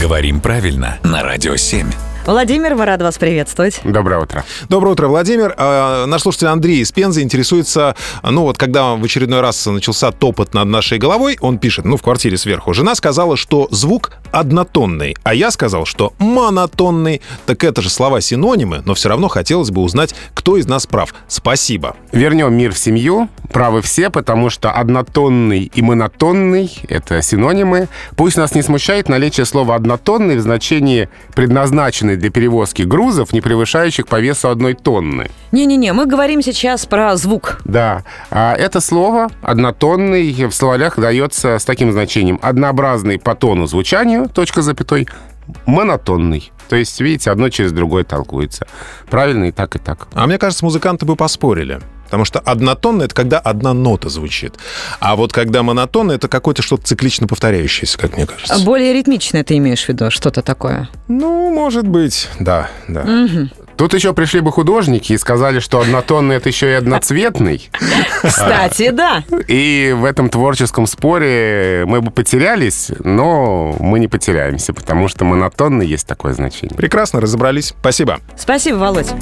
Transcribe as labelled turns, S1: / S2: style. S1: Говорим правильно на Радио 7.
S2: Владимир, мы рады вас приветствовать.
S3: Доброе утро.
S4: Доброе утро, Владимир. Э, Наш слушатель Андрей из Пензы интересуется, ну вот когда в очередной раз начался топот над нашей головой, он пишет, ну в квартире сверху, жена сказала, что звук однотонный, а я сказал, что монотонный. Так это же слова синонимы, но все равно хотелось бы узнать, кто из нас прав. Спасибо.
S3: Вернем мир в семью. Правы все, потому что однотонный и монотонный — это синонимы. Пусть нас не смущает наличие слова «однотонный» в значении предназначенный для перевозки грузов, не превышающих по весу одной тонны.
S2: Не-не-не, мы говорим сейчас про звук.
S3: Да, а это слово «однотонный» в словарях дается с таким значением. Однообразный по тону звучанию, точка запятой, монотонный. То есть, видите, одно через другое толкуется. Правильно и так, и так.
S4: А мне кажется, музыканты бы поспорили. Потому что однотонно — это когда одна нота звучит. А вот когда монотонно — это какое-то что-то циклично повторяющееся, как мне кажется.
S2: Более ритмичное ты имеешь в виду, что-то такое.
S4: Ну, может быть, да, да.
S3: Тут еще пришли бы художники и сказали, что однотонный — это еще и одноцветный.
S2: Кстати, да.
S3: И в этом творческом споре мы бы потерялись, но мы не потеряемся, потому что монотонный есть такое значение.
S4: Прекрасно, разобрались. Спасибо.
S2: Спасибо, Володь.